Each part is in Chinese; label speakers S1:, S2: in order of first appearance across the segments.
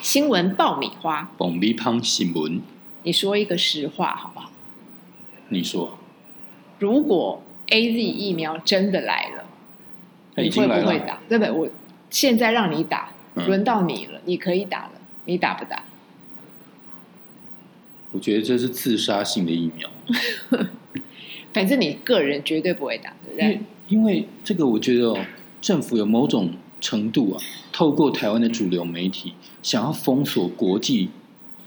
S1: 新闻爆米花，
S2: 爆米胖新闻，
S1: 你说一个实话好不好？
S2: 你说
S1: 如果 A Z 疫苗真的来了，
S2: 它哎已
S1: 你会
S2: 经来
S1: 不会
S2: 了，
S1: 打？对不对？我现在让你打，
S2: 嗯
S1: 轮到你了，你可以打了，你打不打？
S2: 我觉得这是自杀性的疫苗，
S1: 反正你个人绝对不会打，对不
S2: 因
S1: 对
S2: 为？因为这个，我觉得、哦、政府有某种程度啊，透过台湾的主流媒体，想要封锁国际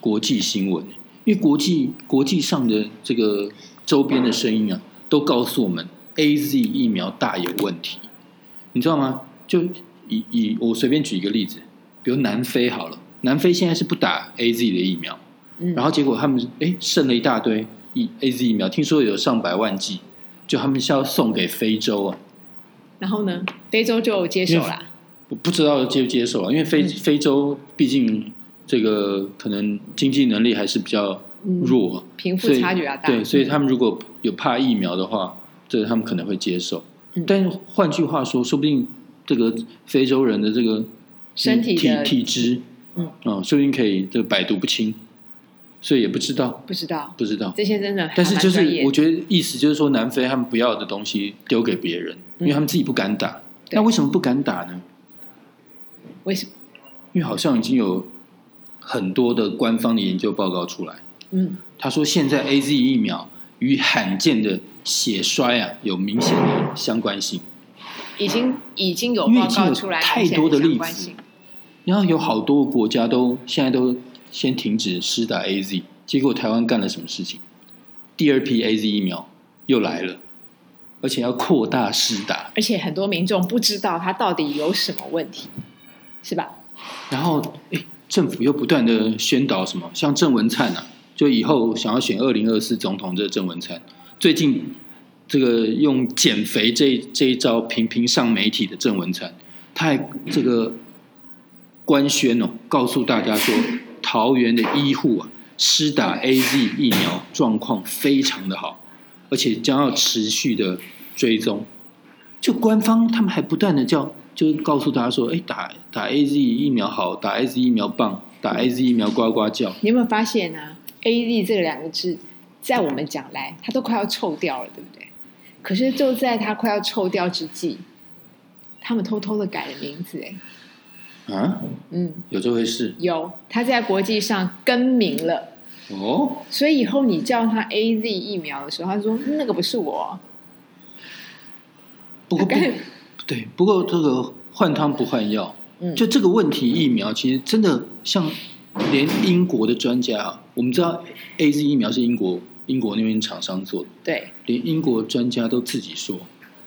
S2: 国际新闻，因为国际国际上的这个周边的声音啊，都告诉我们 A Z 疫苗大有问题，你知道吗？就以以我随便举一个例子，比如南非好了，南非现在是不打 A Z 的疫苗，
S1: 嗯，
S2: 然后结果他们哎剩了一大堆 E A Z 疫苗，听说有上百万剂，就他们是要送给非洲啊，
S1: 然后呢？非洲就接手啦，
S2: 我不知道接不接受啊，因为非、
S1: 嗯
S2: 非洲毕竟这个可能经济能力还是比较
S1: 嗯，
S2: 弱啊、
S1: 贫富
S2: 所以
S1: 差距比较大，嗯
S2: 对，所以他们如果有怕疫苗的话，这他们可能会接受。
S1: 嗯
S2: 但换句话说，说不定这个非洲人的这个
S1: 身体
S2: 体
S1: 的
S2: 体质，
S1: 嗯
S2: 哦说不定可以这个百毒不侵，所以也不知道，
S1: 不知道
S2: 不知道。
S1: 这些真的还蛮
S2: 但是就
S1: 专业
S2: 是
S1: 的
S2: 我觉得意思就是说，南非他们不要的东西丢给别人，因为他们自己不敢打。
S1: 嗯对
S2: 那为什么不敢打呢？
S1: 为什么？
S2: 因为好像已经有很多的官方的研究报告出来，
S1: 嗯，
S2: 他说现在 A Z 疫苗与罕见的血栓啊有明显的相关性，
S1: 已经已经有
S2: 因为
S1: 报
S2: 已经
S1: 告
S2: 有
S1: 出来
S2: 太
S1: 明显
S2: 多的
S1: 相
S2: 例
S1: 关
S2: 子
S1: 性，
S2: 然后有好多个国家都现在都先停止施打 A Z，结果台湾干了什么事情？第二批 A Z 疫苗又来了，而且要扩大施打。
S1: 而且很多民众不知道它到底有什么问题，是吧？
S2: 然后，哎，政府又不断的宣导什么，像郑文灿啊，就以后想要选二零二四总统这个郑文灿，最近这个用减肥这这一招频频上媒体的郑文灿，他还这个官宣哦，告诉大家说，桃园的医护啊，施打 A Z 疫苗状况非常的好，而且将要持续的追踪。就官方他们还不断的叫，就是告诉大家说，哎，打打 A Z 疫苗好，打 A Z 疫苗棒，打 A Z 疫苗呱呱叫。
S1: 你有没有发现呢、啊、？A Z 这两个字，在我们讲来，它都快要臭掉了，对不对？可是就在它快要臭掉之际，他们偷偷的改了名字，哎，
S2: 啊，
S1: 嗯，
S2: 有这回事
S1: 有，它在国际上更名了，
S2: 哦？
S1: 所以以后你叫它 A Z 疫苗的时候，他说那个不是我，
S2: 不过不
S1: 大概
S2: 对，不过这个换汤不换药，
S1: 嗯，
S2: 就这个问题，疫苗其实真的像连英国的专家啊，我们知道 A Z 疫苗是英国英国那边厂商做的，
S1: 对，
S2: 连英国专家都自己说，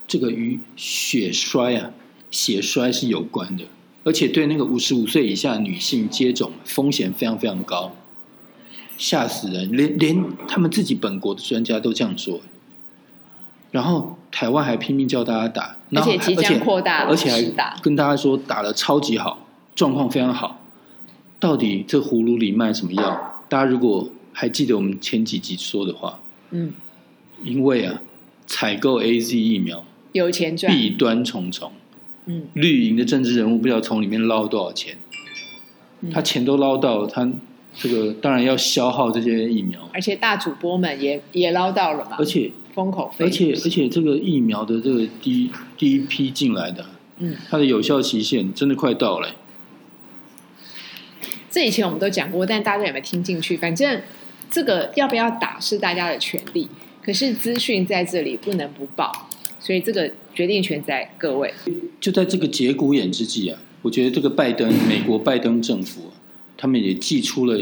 S2: 这个与血衰啊、血衰是有关的，而且对那个五十五岁以下女性接种风险非常非常高，吓死人！连连他们自己本国的专家都这样说，然后台湾还拼命叫大家
S1: 而
S2: 打，然后
S1: 且
S2: 还
S1: 即将扩大
S2: 而且还
S1: 施打
S2: 跟大家说打的超级好，状况非常好。到底这葫芦里卖什么药？大家如果还记得我们前几集说的话，
S1: 嗯，
S2: 因为啊，采购 A Z 疫苗
S1: 有钱赚，
S2: 弊端重重，
S1: 嗯，
S2: 绿营的政治人物不知道从里面捞多少钱，
S1: 嗯
S2: 他钱都捞到了，他这个当然要消耗这些疫苗，
S1: 而且大主播们也也捞到了嘛
S2: 而，且
S1: 封口费，
S2: 而且而且这个疫苗的这个第一第一批进来的，
S1: 嗯，
S2: 它的有效期限真的快到了、欸
S1: 这以前我们都讲过，但大家有没有听进去？反正这个要不要打是大家的权利，可是资讯在这里不能不报，所以这个决定权在各位。
S2: 就在这个节骨眼之际啊，我觉得这个拜登美国拜登政府、啊，他们也寄出了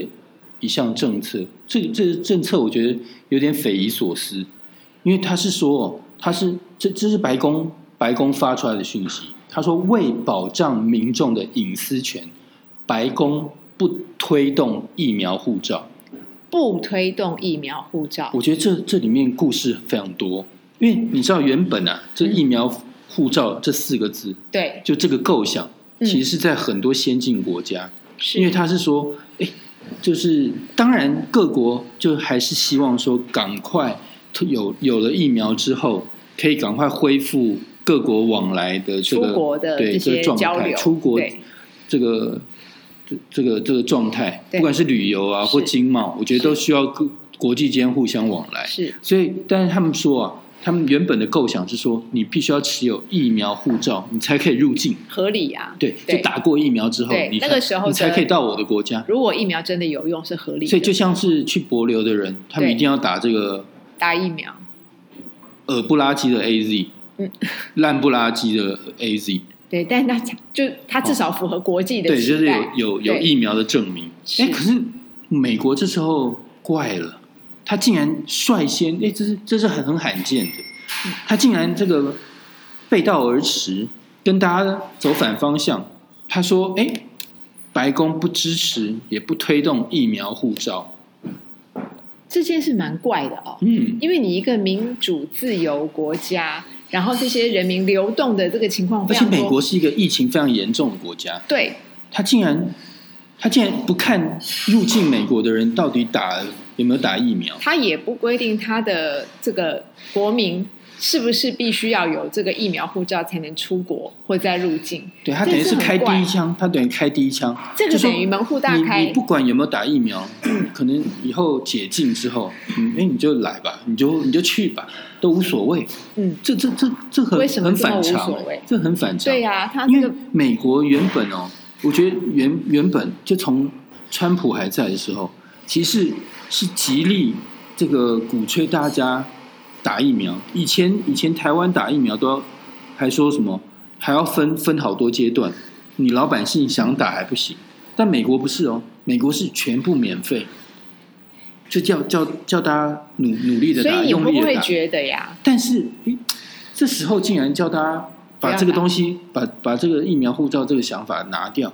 S2: 一项政策，这这政策我觉得有点匪夷所思，因为他是说哦，他是这这是白宫白宫发出来的讯息，他说为保障民众的隐私权，白宫不推动疫苗护照。
S1: 不推动疫苗护照，
S2: 我觉得这这里面故事非常多，因为你知道原本啊，这疫苗护照这四个字，
S1: 对，
S2: 就这个构想，
S1: 嗯
S2: 其实是在很多先进国家，
S1: 是
S2: 因为他是说，哎，就是当然各国就还是希望说，赶快有有了疫苗之后，可以赶快恢复各国往来的这
S1: 出
S2: 个
S1: 国的这
S2: 对这
S1: 些
S2: 个状
S1: 交
S2: 态，
S1: 流，
S2: 出国
S1: 对
S2: 这个这这个这个状态，
S1: 对
S2: 不管是旅游啊
S1: 是
S2: 或经贸，我觉得都需要各国际间互相往来。
S1: 是
S2: 所以，但是他们说啊，他们原本的构想是说，你必须要持有疫苗护照，你才可以入境。
S1: 合理啊。
S2: 对，
S1: 对
S2: 就打过疫苗之后，
S1: 对
S2: 你才
S1: 那个时候的
S2: 你才可以到我的国家。
S1: 如果疫苗真的有用，是合理的。
S2: 所以就像是去博流的人，他们
S1: 对
S2: 一定要打这个
S1: 打疫苗，
S2: 耳不拉几的 A Z，
S1: 嗯
S2: 烂不拉几的 A Z，
S1: 对，但那就它至少符合国际的
S2: 对，就
S1: 期
S2: 是有
S1: 待。
S2: 有有
S1: 对
S2: 疫苗的证明。
S1: 是
S2: 哎，可是美国这时候怪了，他竟然率先，哎，这是这是很很罕见的，他竟然这个背道而驰，跟大家走反方向。他说，哎，白宫不支持也不推动疫苗护照，
S1: 这件事蛮怪的哦，
S2: 嗯，
S1: 因为你一个民主自由国家，然后这些人民流动的这个情况
S2: 而
S1: 非
S2: 且
S1: 常多。
S2: 美国是一个疫情非常严重的国家。
S1: 对
S2: 他竟然他竟然不看入境美国的人到底打有没有打疫苗，
S1: 他也不规定他的这个国民是不是必须要有这个疫苗护照才能出国或再入境，
S2: 对他等于是开第一枪，他等于开第一枪，
S1: 这个
S2: 就说
S1: 等于门户大
S2: 你
S1: 开
S2: 你不。管有没有打 疫苗，可能以后解禁之后，嗯，哎，你就来吧，你就你就去吧，都无所谓。
S1: 嗯，
S2: 这这这这很
S1: 为什么
S2: 很
S1: 这么
S2: 反
S1: 无
S2: 常
S1: 所谓，
S2: 这很反常。
S1: 对呀、他这
S2: 因
S1: 个
S2: 为美国原本哦，我觉得原原本就从川普还在的时候，其实是极力这个鼓吹大家打疫苗。以前以前台湾打疫苗都要还说什么还要分分好多阶段，你老百姓想打还不行。但美国不是哦，美国是全部免费，就叫叫叫大家努努力的
S1: 所
S2: 打，
S1: 以你
S2: 用
S1: 会
S2: 力
S1: 不
S2: 的
S1: 会
S2: 打。
S1: 觉得呀？
S2: 但是，诶，这时候竟然叫大家把这个东西，把把这个疫苗护照这个想法拿掉，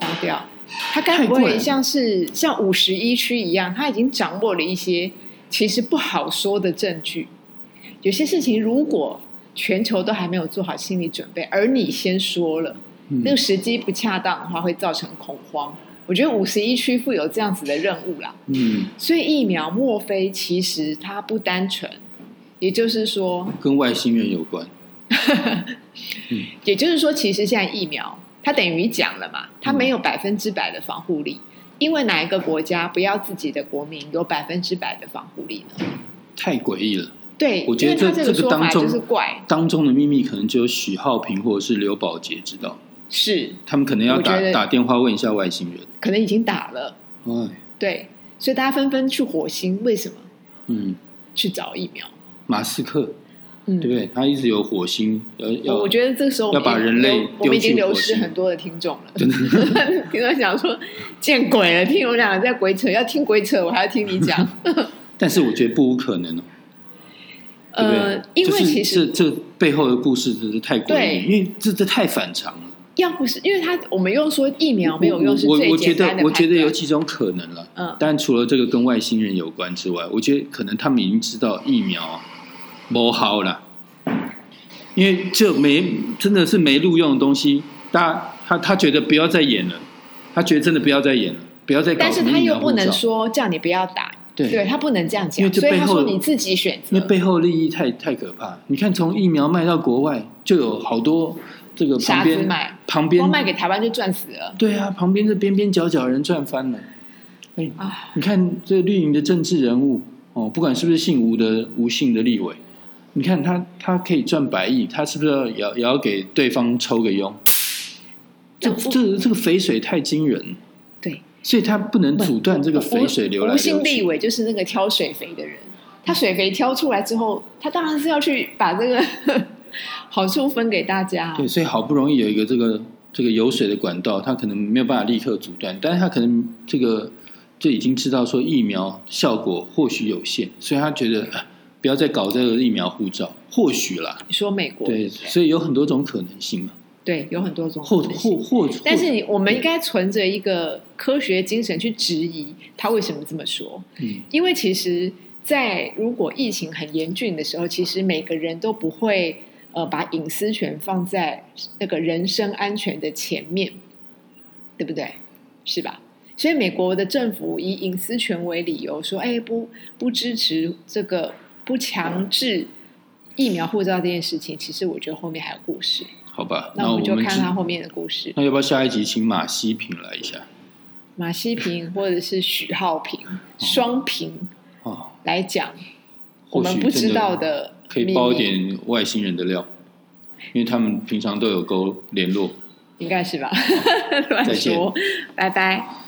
S1: 拿掉，他该不
S2: 太怪
S1: 会
S2: 了
S1: 像是像五十一区一样，他已经掌握了一些其实不好说的证据。有些事情如果全球都还没有做好心理准备，而你先说了，
S2: 嗯
S1: 那个时机不恰当的话，会造成恐慌。我觉得五十一区负有这样子的任务啦，
S2: 嗯，
S1: 所以疫苗莫非其实它不单纯，也就是说，
S2: 跟外星人有关，
S1: 也就是说，其实现在疫苗它等于讲了嘛，它没有
S2: 嗯
S1: 百分之百的防护力，因为哪一个国家不要自己的国民有百分之百的防护力呢？
S2: 太诡异了。
S1: 对，
S2: 我觉得
S1: 因为它
S2: 这
S1: 个
S2: 这
S1: 说
S2: 个
S1: 法
S2: 当中
S1: 就是怪，
S2: 当中的秘密可能只有许浩平或者是刘宝杰知道，
S1: 是
S2: 他们可能要
S1: 我觉
S2: 打
S1: 得
S2: 打电话问一下外星人。
S1: 可能已经打了，
S2: 哎，
S1: 对，所以大家纷纷去火星，为什么
S2: 嗯，
S1: 去找疫苗？
S2: 马斯克
S1: 嗯，
S2: 对不对？他一直有火星，要要，
S1: 我觉得这个时候我们
S2: 要把人类
S1: 已经我们已经
S2: 丢
S1: 流
S2: 弃火
S1: 失
S2: 星
S1: 很多的听众了。 听众想说见鬼了，听我们俩在鬼扯，要听鬼扯，我还要听你讲。
S2: 但是我觉得不无可能哦。 对不对
S1: 呃，因为
S2: 就是
S1: 其实
S2: 这这背后的故事真是太诡
S1: 对
S2: 异，因为这这太反常了。
S1: 要不是因为他，我们又说疫苗没有
S2: 我
S1: 用是
S2: 我
S1: 最
S2: 我觉
S1: 简单
S2: 得
S1: 的
S2: 我觉得有
S1: 判断
S2: 几种可能了，
S1: 嗯
S2: 但除了这个跟外星人有关之外，我觉得可能他们已经知道疫苗啊不好了，因为这没真的是没录用的东西，大家他他觉得不要再演了，他觉得真的不要再演了，不要再搞
S1: 但是
S2: 什么
S1: 他
S2: 疫苗
S1: 又不
S2: 护
S1: 能
S2: 照，
S1: 说叫你不要打，
S2: 对
S1: 他不能这样
S2: 因
S1: 讲
S2: 为，这
S1: 所以他
S2: 背后
S1: 说你自己选择
S2: 因为，背后利益太太可怕。你看，从疫苗卖到国外，就有好多这个旁
S1: 傻子
S2: 边
S1: 买，
S2: 旁边
S1: 光卖给台湾就赚死了
S2: 对啊，旁边这边边角角人赚翻了。哎，
S1: 啊！
S2: 你看这绿营的政治人物哦，不管是不是姓吴的吴姓的立委，你看他他可以赚百亿，他是不是要也要也要给对方抽个佣？这
S1: 那不
S2: 这这个肥水太惊人，
S1: 对，
S2: 所以他不能阻断这个肥水流来
S1: 无心
S2: 流
S1: 立
S2: 去。嗯
S1: 委就是那个挑水肥的人，他水肥挑出来之后，他当然是要去把这个 好处分给大家啊。
S2: 对，所以好不容易有一个这个这个有水的管道，他可能没有办法立刻阻断，但是他可能这个就已经知道说疫苗效果或许有限，所以他觉得、啊不要再搞这个疫苗护照，或许啦，
S1: 你说美国
S2: 对，
S1: 不
S2: 所以有很多种可能性嘛，
S1: 对，有很多种
S2: 或
S1: 可能
S2: 或
S1: 性
S2: 或，
S1: 但是
S2: 或
S1: 你我们应该存着一个科学精神去质疑他为什么这么说，
S2: 嗯
S1: 因为其实，在如果疫情很严峻的时候，其实每个人都不会呃把隐私权放在那个人身安全的前面，对不对？是吧？所以美国的政府以隐私权为理由说，哎，不不支持这个不强制疫苗护照这件事情，其实我觉得后面还有故事。
S2: 好吧，
S1: 那我
S2: 我
S1: 们就
S2: 们
S1: 看
S2: 知
S1: 他后面的故事。
S2: 那要不要下一集请马西平来一下？
S1: 马西平或者是许浩平双平
S2: 哦，
S1: 来讲我
S2: 或
S1: 们
S2: 许
S1: 不知
S2: 真的
S1: 道的
S2: 可以包一
S1: 秘密，
S2: 点外星人的料，因为他们平常都有沟联络。
S1: 应该是吧？乱
S2: 再见
S1: 说，拜拜。